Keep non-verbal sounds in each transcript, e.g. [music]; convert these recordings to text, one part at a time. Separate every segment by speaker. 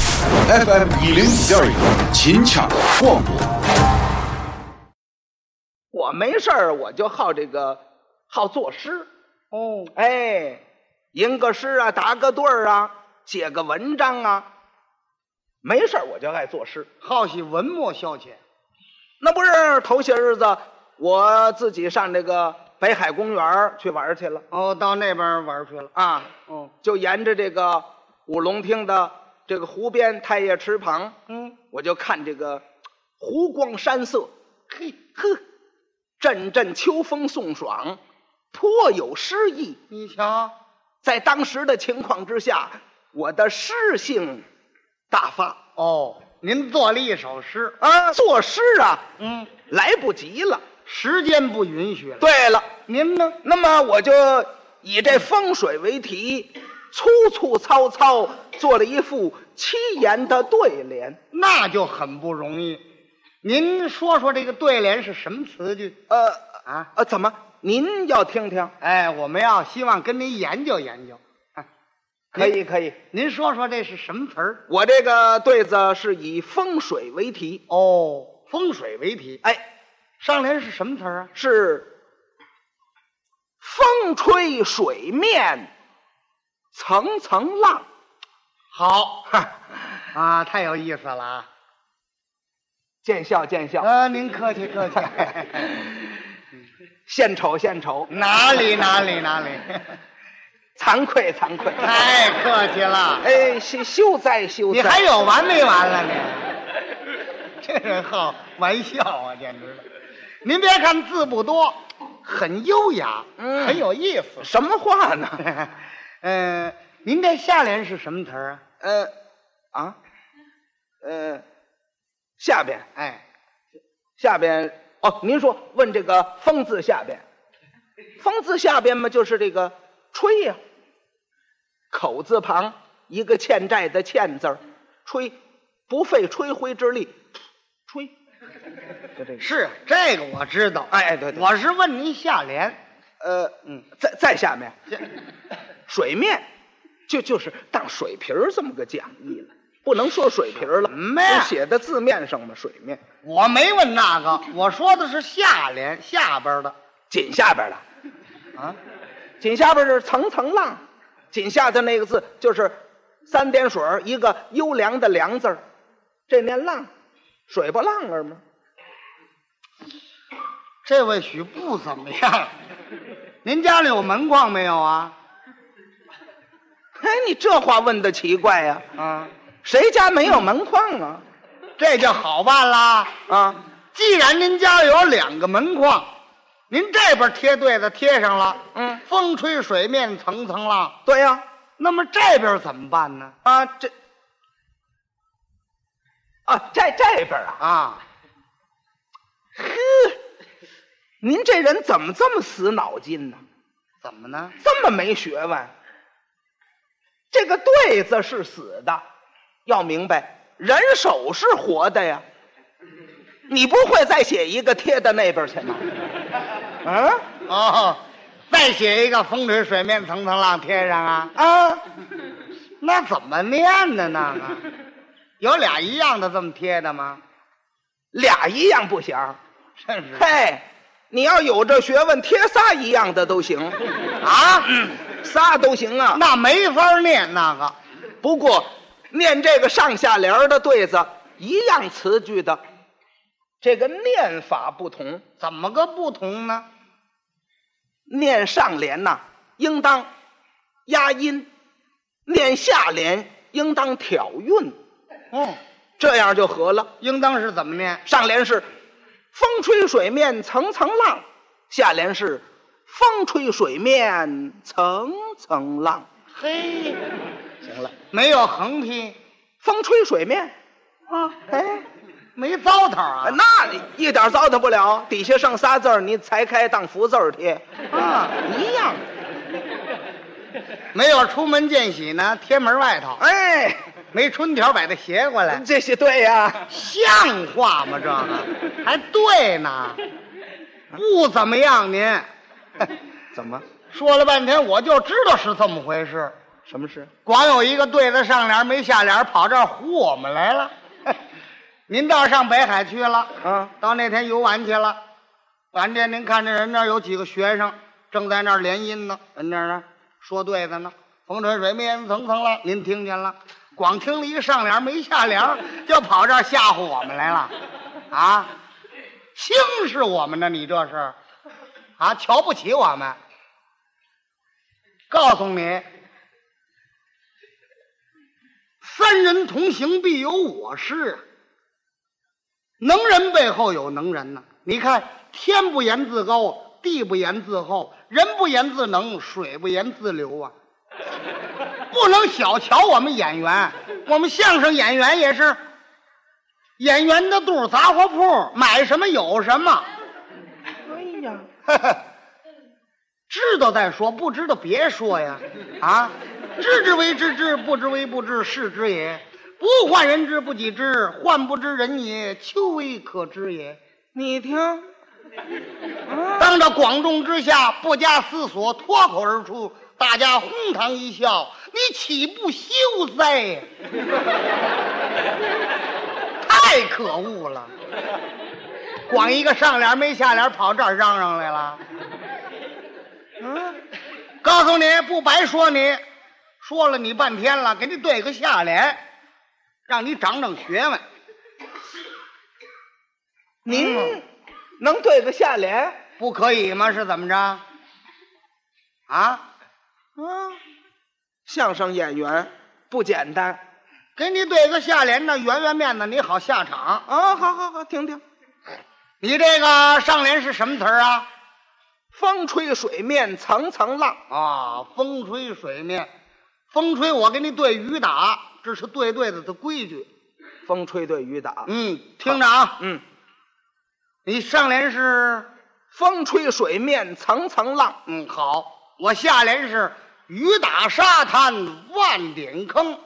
Speaker 1: FM 一零五点一，秦腔广播。
Speaker 2: 我没事儿，我就好这个，好作诗。
Speaker 3: 哦，
Speaker 2: 哎，吟个诗啊，答个对儿啊，写个文章啊。没事儿我就爱作诗。
Speaker 3: 好喜文墨消遣。
Speaker 2: 那不是头些日子我自己上这个北海公园儿去玩儿去了
Speaker 3: 哦，到那边玩去了。
Speaker 2: 啊，
Speaker 3: 哦，
Speaker 2: 就沿着这个五龙厅的这个湖边太液池旁，
Speaker 3: 嗯，
Speaker 2: 我就看这个湖光山色，
Speaker 3: 嘿，
Speaker 2: 呵，阵阵秋风送爽，颇有诗意。
Speaker 3: 你瞧，
Speaker 2: 在当时的情况之下，我的诗性大发
Speaker 3: 哦，您做了一首诗。
Speaker 2: 啊，作诗啊
Speaker 3: 嗯，
Speaker 2: 来不及了。
Speaker 3: 时间不允许了。
Speaker 2: 对了，
Speaker 3: 您呢？
Speaker 2: 那么我就以这风水为题，粗粗糙糙做了一副七言的对联。
Speaker 3: 那就很不容易。您说说这个对联是什么词句
Speaker 2: 呃
Speaker 3: 啊？
Speaker 2: 呃，怎么您要听听？
Speaker 3: 哎，我们要希望跟您研究研究。哎
Speaker 2: 可以可以，
Speaker 3: 您说说这是什么词儿？
Speaker 2: 我这个对子是以风水为题。
Speaker 3: 哦，风水为题。
Speaker 2: 哎，
Speaker 3: 上联是什么词儿啊？
Speaker 2: 是风吹水面层层浪。
Speaker 3: 好， [laughs] 啊，太有意思了啊！
Speaker 2: 见笑见笑，
Speaker 3: 啊，您客气客气， [laughs]
Speaker 2: 献丑献丑，
Speaker 3: 哪里哪里哪 [laughs] 里，
Speaker 2: 惭愧惭愧。
Speaker 3: 太客气了。
Speaker 2: 哎，羞羞哉羞哉！
Speaker 3: 嗯你还有完没完了 [laughs] 你？这人好玩笑啊，简直了！您别看字不多，很优雅，
Speaker 2: 嗯
Speaker 3: 很有意思。 [laughs]
Speaker 2: 什么话呢？
Speaker 3: 嗯、您这下联是什么词儿啊？
Speaker 2: 呃，啊，呃，下边
Speaker 3: 哎，
Speaker 2: 下边哦，您说问这个“风”字下边，“风”字下边嘛，就是这个“吹”呀、口字旁一个欠债的“欠”字儿，吹，不费吹灰之力，吹，就这个。
Speaker 3: 是这个我知道。
Speaker 2: 哎哎对对
Speaker 3: 我是问您下联。
Speaker 2: 呃，嗯，再再下面，水面，就就是当水瓶儿这么个讲义了，不能说水瓶儿了，
Speaker 3: 什么呀
Speaker 2: 不写在字面上嘛，水面
Speaker 3: 我没问那个，我说的是下联下边的
Speaker 2: 紧下边了，
Speaker 3: 啊。
Speaker 2: 紧下边是层层浪，紧下的那个字就是三点水儿一个优良的良字儿，这念浪，水不浪儿吗？
Speaker 3: 这位许不怎么样，您家里有门框没有啊？
Speaker 2: 哎，你这话问的奇怪呀、
Speaker 3: 啊，
Speaker 2: 谁家没有门框啊？
Speaker 3: 这就好办啦。
Speaker 2: 啊，
Speaker 3: 既然您家有两个门框，您这边贴对子贴上了，
Speaker 2: 嗯
Speaker 3: 风吹水面层层浪，
Speaker 2: 对呀、
Speaker 3: 那么这边怎么办呢？
Speaker 2: 啊，这啊，在这边啊，
Speaker 3: 啊，
Speaker 2: 呵，您这人怎么这么死脑筋呢？
Speaker 3: 怎么呢？
Speaker 2: 这么没学问？这个对子是死的，要明白，人手是活的呀。你不会再写一个贴到那边去吗？嗯
Speaker 3: 哦，再写一个风吹水面层层浪贴上啊，
Speaker 2: 啊，
Speaker 3: 那怎么念呢？那个有俩一样的这么贴的吗？
Speaker 2: 俩一样不行。
Speaker 3: 真
Speaker 2: [laughs]
Speaker 3: 是
Speaker 2: 嘿，你要有这学问，贴仨一样的都行，
Speaker 3: 啊，
Speaker 2: 仨都行啊。
Speaker 3: 那没法念那个。
Speaker 2: 不过，念这个上下联儿的对子一样词句的，这个念法不同。
Speaker 3: 怎么个不同呢？
Speaker 2: 念上联呐、应当押音；念下联，应当挑韵。
Speaker 3: 嗯，
Speaker 2: 这样就合了。
Speaker 3: 应当是怎么念？
Speaker 2: 上联是“风吹水面层层浪”，下联是“风吹水面层层浪
Speaker 3: 嘿，行了，没有横批，”。
Speaker 2: 风吹水面，
Speaker 3: 啊，
Speaker 2: 哎，
Speaker 3: 没糟蹋啊，
Speaker 2: 那你一点糟蹋不了。底下剩仨字儿，你裁开当福字儿贴。
Speaker 3: 啊，
Speaker 2: 一样。
Speaker 3: 没有出门见喜呢，贴门外头，
Speaker 2: 哎，
Speaker 3: 没春条把它斜过来，
Speaker 2: 这些对呀、
Speaker 3: 像话吗？这个还对呢，不怎么样您。 [laughs]
Speaker 2: 怎么？
Speaker 3: 说了半天，我就知道是这么回事。
Speaker 2: 什么事？
Speaker 3: 光有一个对子上联没下联，跑这儿唬我们来了。您倒是上北海去了，
Speaker 2: 啊
Speaker 3: 到那天游玩去了。完这您看这人那儿有几个学生正在那儿联姻呢，人那儿呢说对子呢。风春水面层层浪，您听见了？光听了一个上联没下联，就跑这儿吓唬我们来了，啊！轻视我们呢，你这是，啊，瞧不起我们。告诉你，三人同行必有我师啊！能人背后有能人呐、你看，天不言自高，地不言自厚，人不言自能，水不言自流啊！不能小瞧我们演员，我们相声演员也是演员的肚儿杂货铺，买什么有什么。
Speaker 2: 哎呀，
Speaker 3: 知道再说，不知道别说呀！啊，知之为知之，不知为不知，是知也。不患人之不己知，患不知人也，求为可知也。
Speaker 2: 你听，啊，
Speaker 3: 当着广众之下，不加思索，脱口而出，大家哄堂一笑，你岂不羞哉？ [laughs] 太可恶了！光一个上联没下联，跑这儿嚷嚷来了。
Speaker 2: 嗯，
Speaker 3: 告诉你不白说你，说了你半天了，给你对个下联，让你长长学问。
Speaker 2: 您能对个下联？
Speaker 3: 不可以吗？是怎么着？啊，
Speaker 2: 啊，相声演员不简单
Speaker 3: 给你对个下联呢，圆圆面子，你好下场。
Speaker 2: 啊！好好好，听听，
Speaker 3: 你这个上联是什么词儿啊？
Speaker 2: 风吹水面层层浪，
Speaker 3: 啊，风吹水面，风吹我给你对雨打，这是对对子的规矩。
Speaker 2: 风吹对雨打。
Speaker 3: 嗯，听着啊，
Speaker 2: 嗯，
Speaker 3: 你上联是
Speaker 2: 风吹水面层层浪，
Speaker 3: 嗯，好，我下联是雨打沙滩万点坑，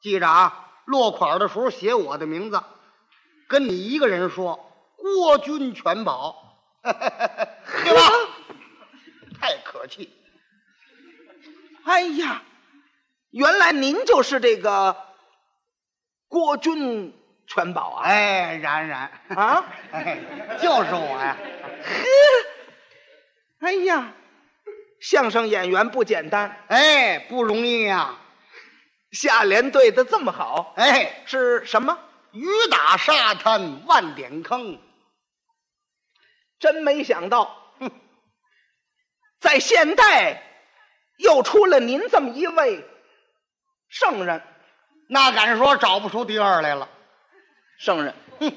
Speaker 3: 记着啊，落款的时候写我的名字，跟你一个人说，郭军全保， [laughs] 对吧？太可气，
Speaker 2: 哎呀，原来您就是这个郭军全宝啊！
Speaker 3: 哎，冉冉
Speaker 2: 啊，
Speaker 3: [laughs] 哎，啊就是我呀、
Speaker 2: 哎呀，相声演员不简单，
Speaker 3: 哎，不容易呀、
Speaker 2: 下联对的这么好，
Speaker 3: 哎，
Speaker 2: 是什么？
Speaker 3: 雨打沙滩万点坑，
Speaker 2: 真没想到，哼在现代又出了您这么一位圣人，
Speaker 3: 那敢说找不出第二来了。
Speaker 2: 圣人，哼，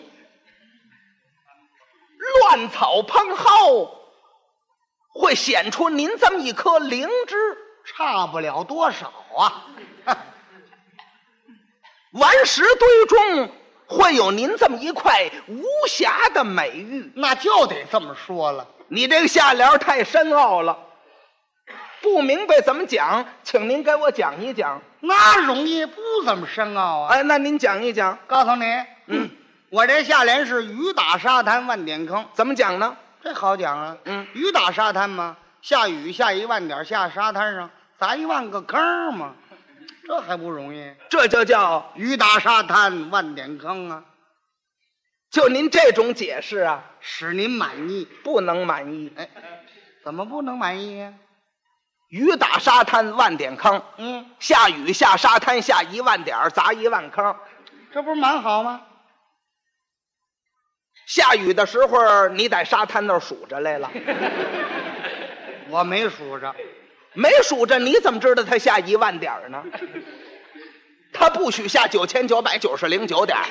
Speaker 2: 乱草蓬蒿会显出您这么一颗灵芝，
Speaker 3: 差不了多少啊！
Speaker 2: 顽石堆中会有您这么一块无瑕的美玉。
Speaker 3: 那就得这么说了。
Speaker 2: 你这个下联儿太深奥了，不明白怎么讲，请您给我讲一讲。
Speaker 3: 那容易不怎么深奥啊！
Speaker 2: 哎，那您讲一讲
Speaker 3: 告诉你，嗯，我这下联是雨打沙滩万点坑，
Speaker 2: 怎么讲呢？
Speaker 3: 这好讲啊。
Speaker 2: 嗯
Speaker 3: 雨打沙滩嘛，下雨下一万点儿，下沙滩上砸一万个坑儿嘛，这还不容易？
Speaker 2: 这就叫
Speaker 3: 雨打沙滩万点坑啊，
Speaker 2: 就您这种解释啊，
Speaker 3: 使您满意。
Speaker 2: 不能满意。
Speaker 3: 哎，怎么不能满意呀、
Speaker 2: 雨打沙滩万点坑，
Speaker 3: 嗯，
Speaker 2: 下雨下沙滩下一万点儿砸一万坑。
Speaker 3: 这不是蛮好吗？ [laughs]
Speaker 2: 下雨的时候儿你在沙滩那儿数着来了，
Speaker 3: 我没数着，
Speaker 2: 没数着你怎么知道它下一万点儿呢？它不许下九千九百九十零九点儿，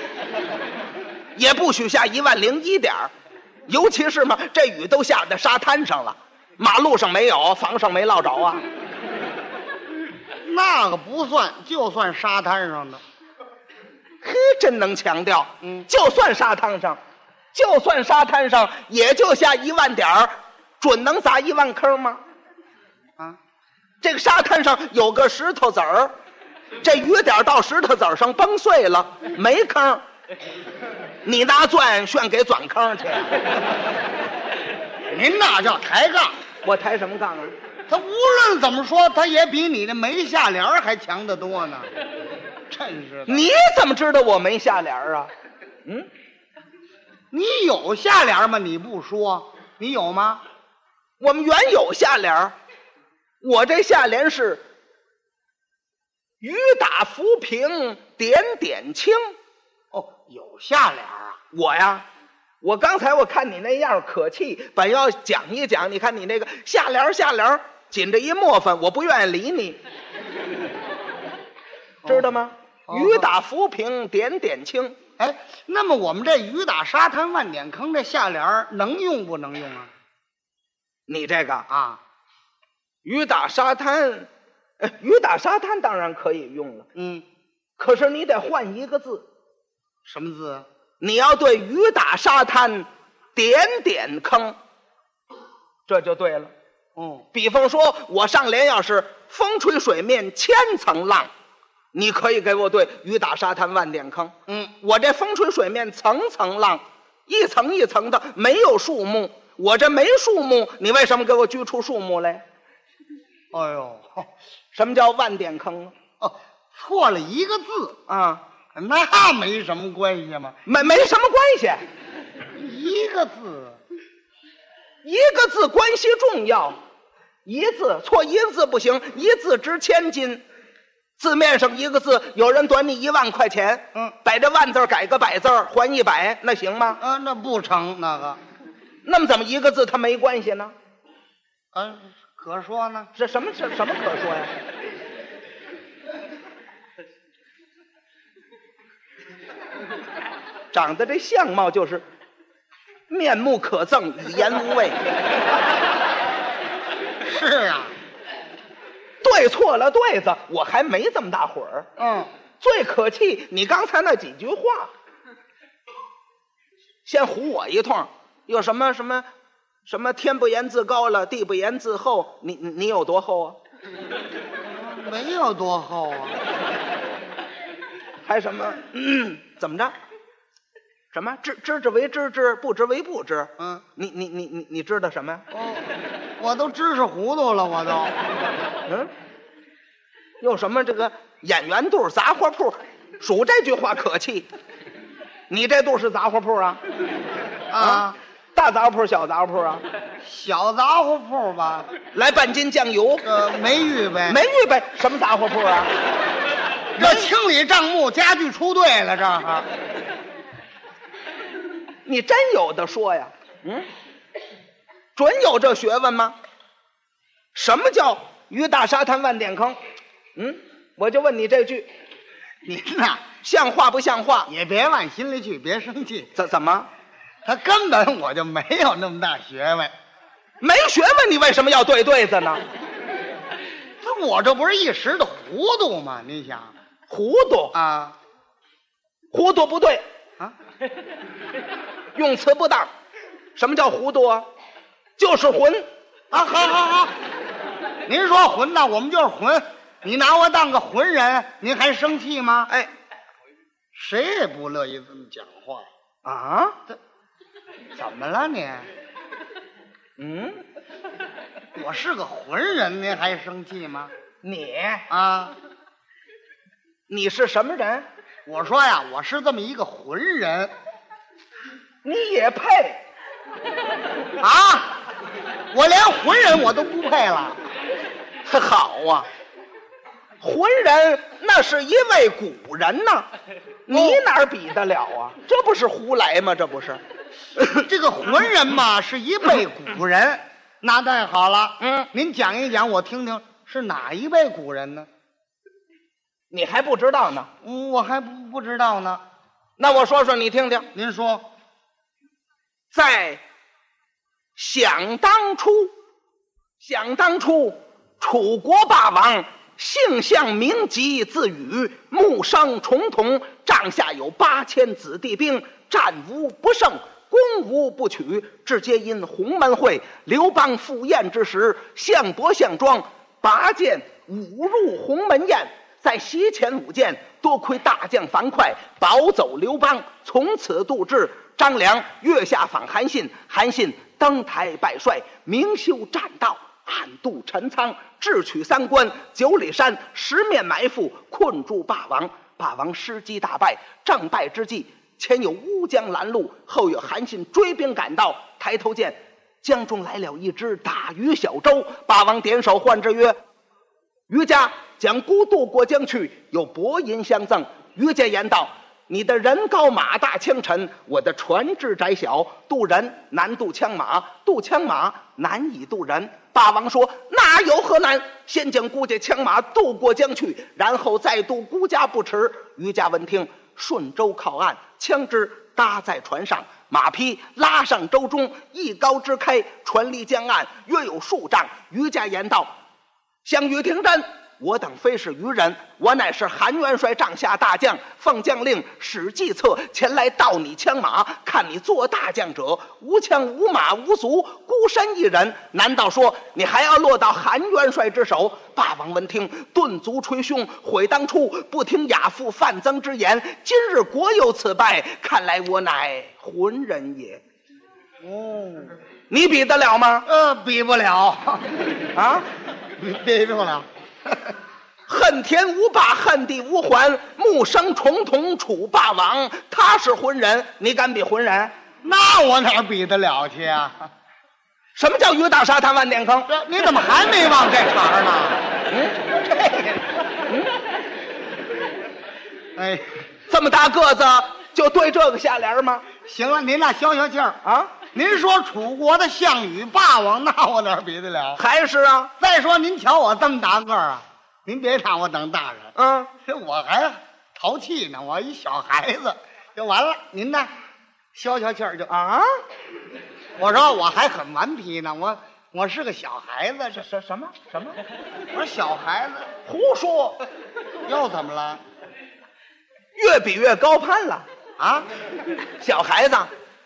Speaker 2: 也不许下一万零一点儿，尤其是嘛，这雨都下在沙滩上了，马路上没有，房上没落着啊。
Speaker 3: 那个不算，就算沙滩上的。
Speaker 2: 呵，真能强调。
Speaker 3: 嗯
Speaker 2: 就算沙滩上，就算沙滩上，也就下一万点儿，准能砸一万坑吗？
Speaker 3: 啊，
Speaker 2: 这个沙滩上有个石头子儿，这雨点儿到石头子儿上崩碎了，没坑儿。你拿钻炫给钻坑去，啊
Speaker 3: 您那叫抬杠，
Speaker 2: 我抬什么杠啊？
Speaker 3: 他无论怎么说，他也比你那没下联儿还强得多呢。真是的，
Speaker 2: 你怎么知道我没下联儿啊？嗯，
Speaker 3: 你有下联儿吗？你不说，你有吗？
Speaker 2: 我们原有下联儿，我这下联是“雨打浮萍点点青
Speaker 3: 哦，有下联儿啊。”。
Speaker 2: 我呀，我刚才我看你那样儿可气，本要讲一讲，你看你那个下联儿下联儿，紧着一磨翻，我不愿意理你，知道吗？
Speaker 3: 哦
Speaker 2: 雨打浮萍点点青，
Speaker 3: 哎，那么我们这雨打沙滩万点坑这下联儿能用不能用啊？
Speaker 2: 你这个
Speaker 3: 啊，
Speaker 2: 雨打沙滩，呃雨打沙滩当然可以用了，
Speaker 3: 嗯，
Speaker 2: 可是你得换一个字。
Speaker 3: 什么字？啊
Speaker 2: 你要对雨打沙滩点点坑，这就对了。
Speaker 3: 哦，
Speaker 2: 比方说，我上联要是“风吹水面千层浪”，你可以给我对“雨打沙滩万点坑”。
Speaker 3: 嗯，
Speaker 2: 我这“风吹水面层层浪”，一层一层的，没有树木。我这没树木，你为什么给我锯出树木来？
Speaker 3: 哎呦，
Speaker 2: 什么叫万点坑
Speaker 3: 哦，错了一个字，
Speaker 2: 啊？啊，
Speaker 3: 那没什么关系嘛，
Speaker 2: 没没什么关系，
Speaker 3: 一个字。
Speaker 2: 一个字关系重要，一字错一个字不行，一字值千金。字面上一个字，有人短你一万块钱，
Speaker 3: 嗯
Speaker 2: 把这万字儿改个百字儿还一百，那行吗？
Speaker 3: 啊，那不成那个，
Speaker 2: 那么怎么一个字它没关系呢？
Speaker 3: 啊，可说呢。
Speaker 2: 这什么什什么可说呀？长得这相貌就是面目可憎，语言无味，
Speaker 3: 是啊，
Speaker 2: 对错了对子，我还没这么大火儿。
Speaker 3: 嗯，
Speaker 2: 最可气，你刚才那几句话，先唬我一通，有什么什么什么天不言自高了，地不言自厚，你你你有多厚啊？
Speaker 3: 没有多厚啊。
Speaker 2: 还什么、 [clears throat] 嗯怎么着？什么知知之为知之，不知为不知。
Speaker 3: 嗯，
Speaker 2: 你你你你你知道什么呀？
Speaker 3: 哦，我都知识糊涂了，我都。
Speaker 2: 嗯，又什么这个演员肚、杂货铺，数这句话可气。你这肚是杂货铺啊？
Speaker 3: 啊，，
Speaker 2: 大杂货铺、小杂货铺啊？
Speaker 3: 小杂货铺吧，
Speaker 2: 来半斤酱油，
Speaker 3: 呃，没预备，
Speaker 2: 没预备什么杂货铺啊？
Speaker 3: 这清理账目，家具出队了，这哈。
Speaker 2: 你真有的说呀？嗯，准有这学问吗？什么叫鱼大沙滩万点坑？嗯，我就问你这句，
Speaker 3: 您呐，
Speaker 2: 像话不像话？
Speaker 3: 也别往心里去，别生气。
Speaker 2: 怎怎么
Speaker 3: 他根本我就没有那么大学问，
Speaker 2: 没学问？你为什么要对对子呢？
Speaker 3: 这我这不是一时的糊涂吗？你想
Speaker 2: 糊涂，
Speaker 3: 啊
Speaker 2: 糊涂不对，
Speaker 3: 啊，
Speaker 2: 用词不当。什么叫糊涂啊？就是混。
Speaker 3: 啊，好好好，您说混呐，我们就是混。你拿我当个混人，您还生气吗？
Speaker 2: 哎，
Speaker 3: 谁也不乐意这么讲话。
Speaker 2: 啊，
Speaker 3: 怎么了你？
Speaker 2: 嗯，
Speaker 3: 我是个混人，您还生气吗？
Speaker 2: 你
Speaker 3: 啊，
Speaker 2: 你是什么人？
Speaker 3: 我说呀，我是这么一个混人
Speaker 2: 你也配？
Speaker 3: 啊，我连混人我都不配了。
Speaker 2: [laughs] 好啊，浑人那是一位古人呐，你哪儿比得了啊？这不是胡来吗？这不是？ [laughs]
Speaker 3: 这个浑人嘛，是一辈古
Speaker 2: [laughs]
Speaker 3: 人，那太好了。
Speaker 2: 嗯
Speaker 3: 您讲一讲，我听听是哪一辈古人呢？
Speaker 2: 你还不知道呢？
Speaker 3: 嗯我还不不知道呢。
Speaker 2: 那我说说你听听，
Speaker 3: 您说，
Speaker 2: 在想当初，想当初，楚国霸王姓项名籍，字羽，木生重瞳，帐下有八千子弟兵，战无不胜。攻无不取，至皆因鸿门会刘邦赴宴之时，项伯、项庄拔剑舞入鸿门宴，在席前舞剑，多亏大将樊哙保走刘邦，从此度至。张良月下访韩信，韩信登台拜帅，明修栈道，暗度陈仓，智取三关，九里山十面埋伏，困住霸王。霸王失机大败，战败之际，前有乌江拦路，后有韩信追兵赶到。抬头见江中来了一只打鱼小舟，霸王点首唤之曰：“渔家将孤渡过江去，有薄银相赠。于建言道：“你的人高马大枪沉，我的船只窄小，渡人难渡枪马，渡枪马难以渡人。”霸王说：“哪有何难？先将孤家枪马渡过江去，然后再渡孤家不迟。”于家闻听，顺舟靠岸，枪支搭在船上，马匹拉上舟中，一高支开，船离江岸约有数丈。于家言道：项羽听真，我等非是愚人，我乃是韩元帅帐下大将，奉将令使计策前来盗你枪马，看你做大将者无枪无马无足，孤身一人，难道说你还要落到韩元帅之手？霸王闻听，顿足捶胸，悔当初不听亚父范增之言，今日果有此败，看来我乃浑人也。哦，你比得了吗？
Speaker 3: 呃，比不了， [laughs]
Speaker 2: 啊？
Speaker 3: 比比不了。
Speaker 2: 恨天无霸，恨地无还，木生重瞳楚霸王。他是浑人，你敢比浑人？
Speaker 3: 那我哪比得了去啊？
Speaker 2: 什么叫鱼大沙滩万点坑？嗯
Speaker 3: 这你怎么还没忘这茬儿呢？哎，
Speaker 2: 这么大个子就对这个下联吗？
Speaker 3: 行了，您俩消消气儿啊！
Speaker 2: 啊，
Speaker 3: 您说楚国的项羽霸王，那我哪比得了？
Speaker 2: 还是啊，
Speaker 3: 再说您瞧我这么大个儿啊，您别看我等大人，
Speaker 2: 嗯，
Speaker 3: 这我还淘气呢，我一小孩子就完了。您呢，消消气儿就啊。我说我还很顽皮呢，我我是个小孩子，这
Speaker 2: 什什么什么？
Speaker 3: 我说小孩子
Speaker 2: 胡说，
Speaker 3: 又怎么了
Speaker 2: 越比越高攀了。
Speaker 3: 啊？
Speaker 2: 小孩子，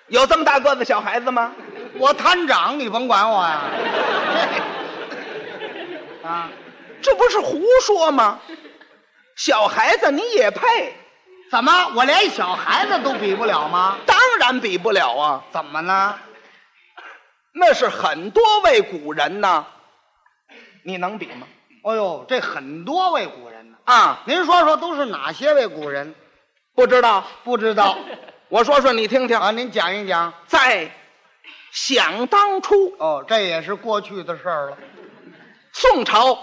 Speaker 2: 有这么大个子小孩子吗？
Speaker 3: 我摊长，你甭管我呀、 [laughs] 啊，
Speaker 2: 这不是胡说吗？小孩子你也配？
Speaker 3: 怎么我连小孩子都比不了吗？
Speaker 2: 当然比不了啊。
Speaker 3: 怎么呢？
Speaker 2: 那是很多位古人呐，你能比吗？
Speaker 3: 哎呦，这很多位古人呢、
Speaker 2: 啊，
Speaker 3: 您说说都是哪些位古人？
Speaker 2: 不知道，
Speaker 3: 不知道
Speaker 2: 我说说你听听。
Speaker 3: 啊，您讲一讲。
Speaker 2: 在想当初，
Speaker 3: 哦，这也是过去的事儿了。
Speaker 2: 宋朝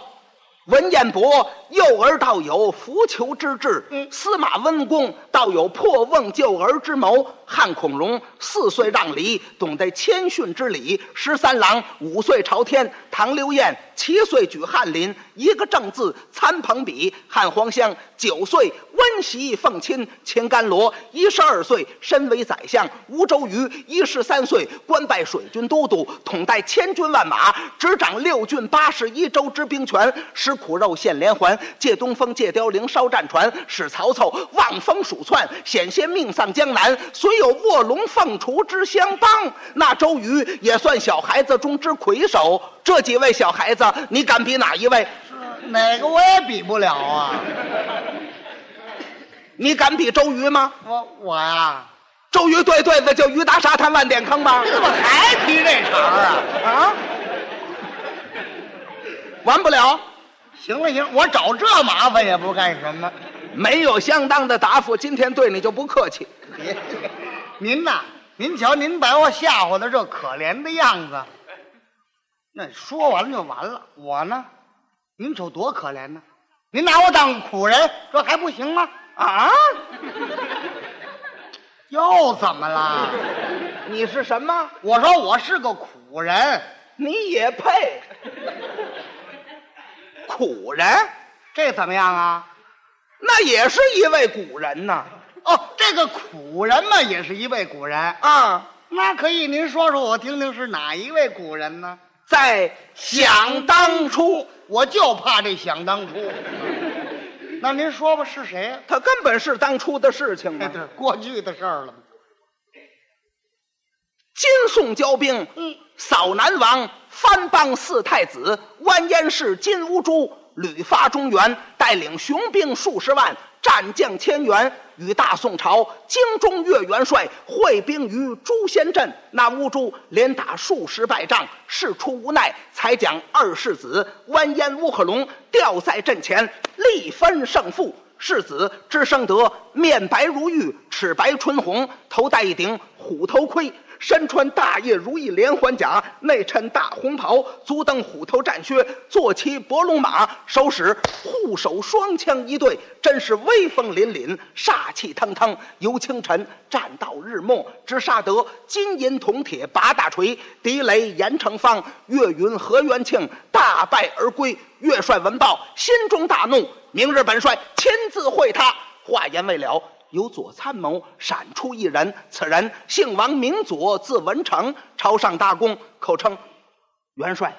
Speaker 2: 文彦博幼而道有扶求之志，
Speaker 3: 嗯
Speaker 2: 司马温公道有破瓮救儿之谋，汉孔融四岁让梨，懂得谦逊之礼；十三郎五岁朝天，唐刘晏七岁举翰林，一个正字参朋比，汉黄香九岁温席奉亲，秦甘罗一十二岁身为宰相，吴周瑜一十三岁官拜水军都督，统带千军万马，执掌六郡八十一州之兵权，吃苦肉献连环，借东风借凋零烧战船，使曹操望风鼠窜，险些命丧江南。虽有卧龙凤雏之相帮，那周瑜也算小孩子中之魁首。这几位小孩子，你敢比哪一位？
Speaker 3: 哪个我也比不了啊！
Speaker 2: 你敢比周瑜吗？
Speaker 3: 我我呀、
Speaker 2: 周瑜对对子就鱼打沙滩万点坑吧
Speaker 3: 你？怎么还提这茬儿啊？
Speaker 2: 啊，完不了，
Speaker 3: 行了行了，我找这麻烦也不干什么。
Speaker 2: 没有相当的答复，今天对你就不客气。
Speaker 3: 您您呐，您瞧您把我吓唬的这可怜的样子，那说完了就完了。我呢，您瞅多可怜呢，您拿我当苦人，这还不行吗？
Speaker 2: 啊，
Speaker 3: [laughs] 又怎么了？
Speaker 2: 你是什么？
Speaker 3: 我说我是个苦人，
Speaker 2: 你也配？苦人，
Speaker 3: 这怎么样啊？
Speaker 2: 那也是一位古人呐。
Speaker 3: 哦，这个苦人嘛，也是一位古人。
Speaker 2: 啊，
Speaker 3: 那可以，您说说我听听是哪一位古人呢？
Speaker 2: 在想当初，
Speaker 3: 我就怕这想当初。那您说吧，是谁呀、
Speaker 2: 他根本是当初的事情
Speaker 3: 哎，
Speaker 2: 嘛。
Speaker 3: 对，过去的事儿了嘛。
Speaker 2: 金宋交兵，
Speaker 3: 嗯，
Speaker 2: 扫南王，藩邦四太子，完颜氏金乌珠屡发中原，带领雄兵数十万，战将千员，与大宋朝京中岳元帅会兵于朱仙镇。那乌珠连打数十败仗，事出无奈，才将二世子完颜乌合龙吊在阵前，力分胜负。世子之生得面白如玉，齿白唇红，头戴一顶虎头盔，身穿大叶如意连环甲，内衬大红袍，足蹬虎头战靴，坐骑伯龙马，手使护手双枪一对，真是威风凛凛，煞气腾腾。由清晨战到日暮，直杀得金银铜铁八大锤，狄雷、严成方、岳云、何元庆大败而归。岳帅闻报，心中大怒，明日本帅亲自会他。话言未了，由左参谋闪出一人，此人姓王，名左，字文成，朝上大功，口称元帅。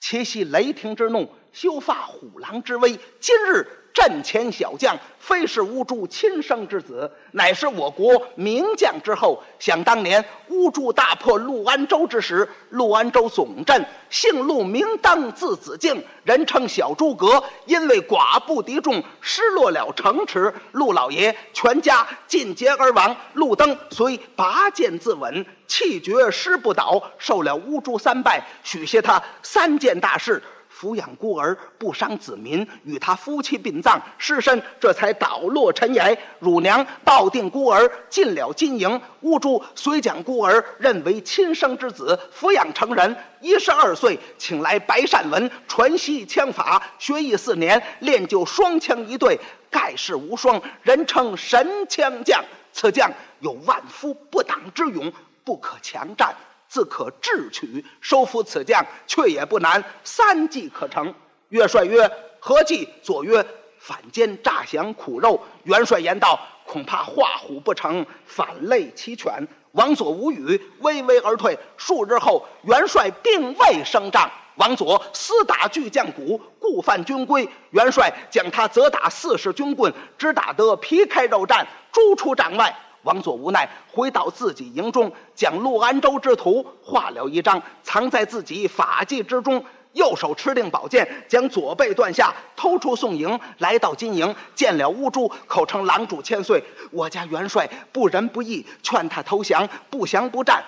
Speaker 2: 其系雷霆之怒，休发虎狼之威。今日阵前小将，非是乌珠亲生之子，乃是我国名将之后。想当年，乌珠大破陆安州之时，陆安州总镇姓陆，名登，字子敬，人称小诸葛。因为寡不敌众，失落了城池，陆老爷全家尽节而亡。陆登虽拔剑自刎，气绝师不倒，受了乌珠三拜，许下他三件大事。抚养孤儿，不伤子民，与他夫妻殡葬，尸身这才倒落尘埃。乳娘抱定孤儿，进了金营。乌珠虽将孤儿认为亲生之子，抚养成人。一十二岁，请来白善文传习枪法，学艺四年，练就双枪一对，盖世无双，人称神枪将。此将有万夫不挡之勇，不可强战。自可智取，收服此将却也不难，三计可成。岳帅曰：“何计？”左曰：“反间诈降苦肉。”元帅言道：“恐怕画虎不成，反类其犬。”王佐无语，微微而退。数日后，元帅并未升帐。王佐私打巨将鼓，故犯军规。元帅将他责打四十军棍，只打得皮开肉绽，逐出帐外。王佐无奈，回到自己营中，将陆安州之图画了一张，藏在自己法纪之中。右手持定宝剑，将左背断下，偷出宋营，来到金营，见了乌珠，口称郎主千岁，我家元帅不仁不义，劝他投降，不降不战。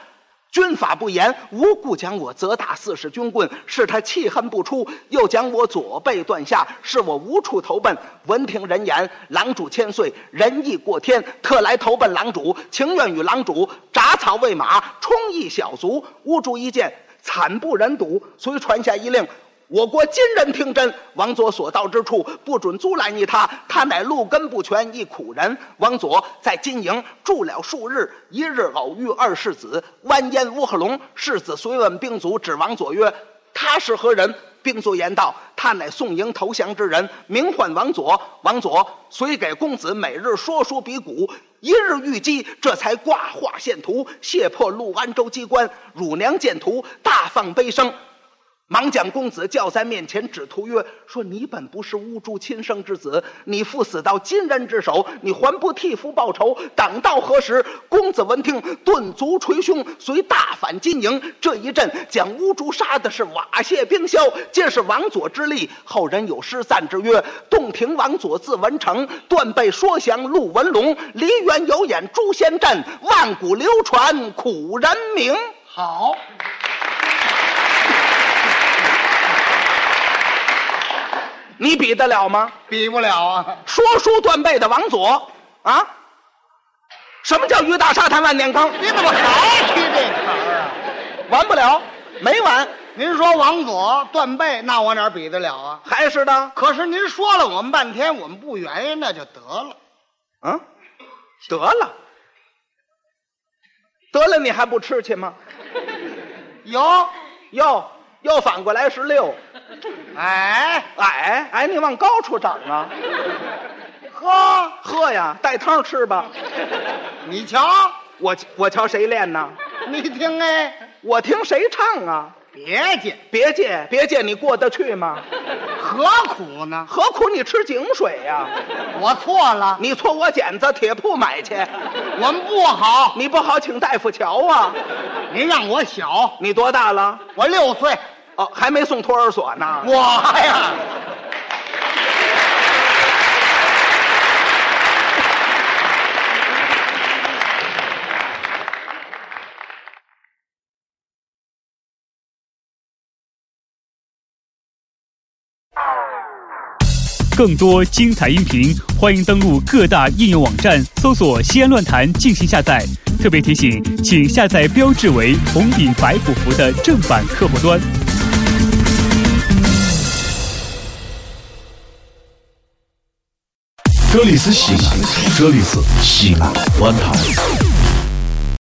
Speaker 2: 军法不严，无故将我责打四十军棍，是他气恨不出；又将我左背断下，是我无处投奔。闻听人言，郎主千岁仁义过天，特来投奔郎主，情愿与郎主铡草喂马，充一小卒。乌珠一见，惨不忍睹，遂传下一令。我国今人听真，王佐所到之处，不准阻拦于他。他乃路根不全，一苦人。王佐在金营住了数日，一日偶遇二世子完颜乌合龙。世子随问兵卒，指王佐曰：“他是何人？”兵卒言道：“他乃宋营投降之人，名唤王佐。王佐虽给公子每日说书比武，一日御鸡，这才挂画献图，卸破陆安州机关。汝娘见图，大放悲声。”忙将公子叫在面前，指图曰：“说你本不是乌珠亲生之子，你父死到金人之手，你还不替父报仇？等到何时？”公子闻听，顿足捶胸，遂大反金营。这一阵将乌珠杀的是瓦屑冰消，皆是王佐之力。后人有诗赞之曰：“洞庭王佐字文成，断背说降陆文龙，梨园有眼诛仙阵，万古流传苦人名。”
Speaker 3: 好，
Speaker 2: 你比得了吗？
Speaker 3: 比不了啊！
Speaker 2: 说书断背的王佐啊？什么叫鱼大沙滩万年坑？
Speaker 3: 你怎么还提这茬儿啊？
Speaker 2: 完不了，没完，
Speaker 3: 您说王佐断背，那我哪儿比得了啊？
Speaker 2: 还是的，
Speaker 3: 可是您说了我们半天，我们不原因，那就得了。
Speaker 2: 嗯，得了，得了，你还不吃去吗？
Speaker 3: 有，
Speaker 2: 哟，又反过来是六，
Speaker 3: 哎，
Speaker 2: 哎哎，你往高处长啊！
Speaker 3: 呵，
Speaker 2: 喝呀，带汤吃吧。
Speaker 3: 你瞧，
Speaker 2: 我我瞧谁练呢？
Speaker 3: 你听哎，
Speaker 2: 我听谁唱啊？
Speaker 3: 别介，
Speaker 2: 别介，别介，你过得去吗？
Speaker 3: 何苦呢？
Speaker 2: 何苦你吃井水呀、
Speaker 3: 我错了，
Speaker 2: 你搓我剪子，铁铺买去。
Speaker 3: 我们不好。
Speaker 2: 你不好，请大夫瞧啊！
Speaker 3: 您让我小，
Speaker 2: 你多大了？
Speaker 3: 我六岁，
Speaker 2: 哦，还没送托儿所呢。
Speaker 3: 我呀，
Speaker 4: 更多精彩音频，欢迎登录各大应用网站搜索“西安论坛”进行下载。特别提醒，请下载标志为红底白虎符的正版客户端。
Speaker 1: 这里是西安，这里是西安论坛。